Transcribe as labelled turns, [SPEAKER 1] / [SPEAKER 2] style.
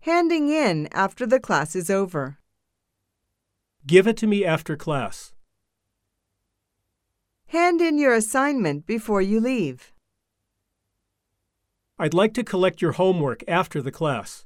[SPEAKER 1] Handing in after the class is over.
[SPEAKER 2] Give it to me after class.
[SPEAKER 1] Hand in your assignment before you leave.
[SPEAKER 2] I'd like to collect your homework after the class.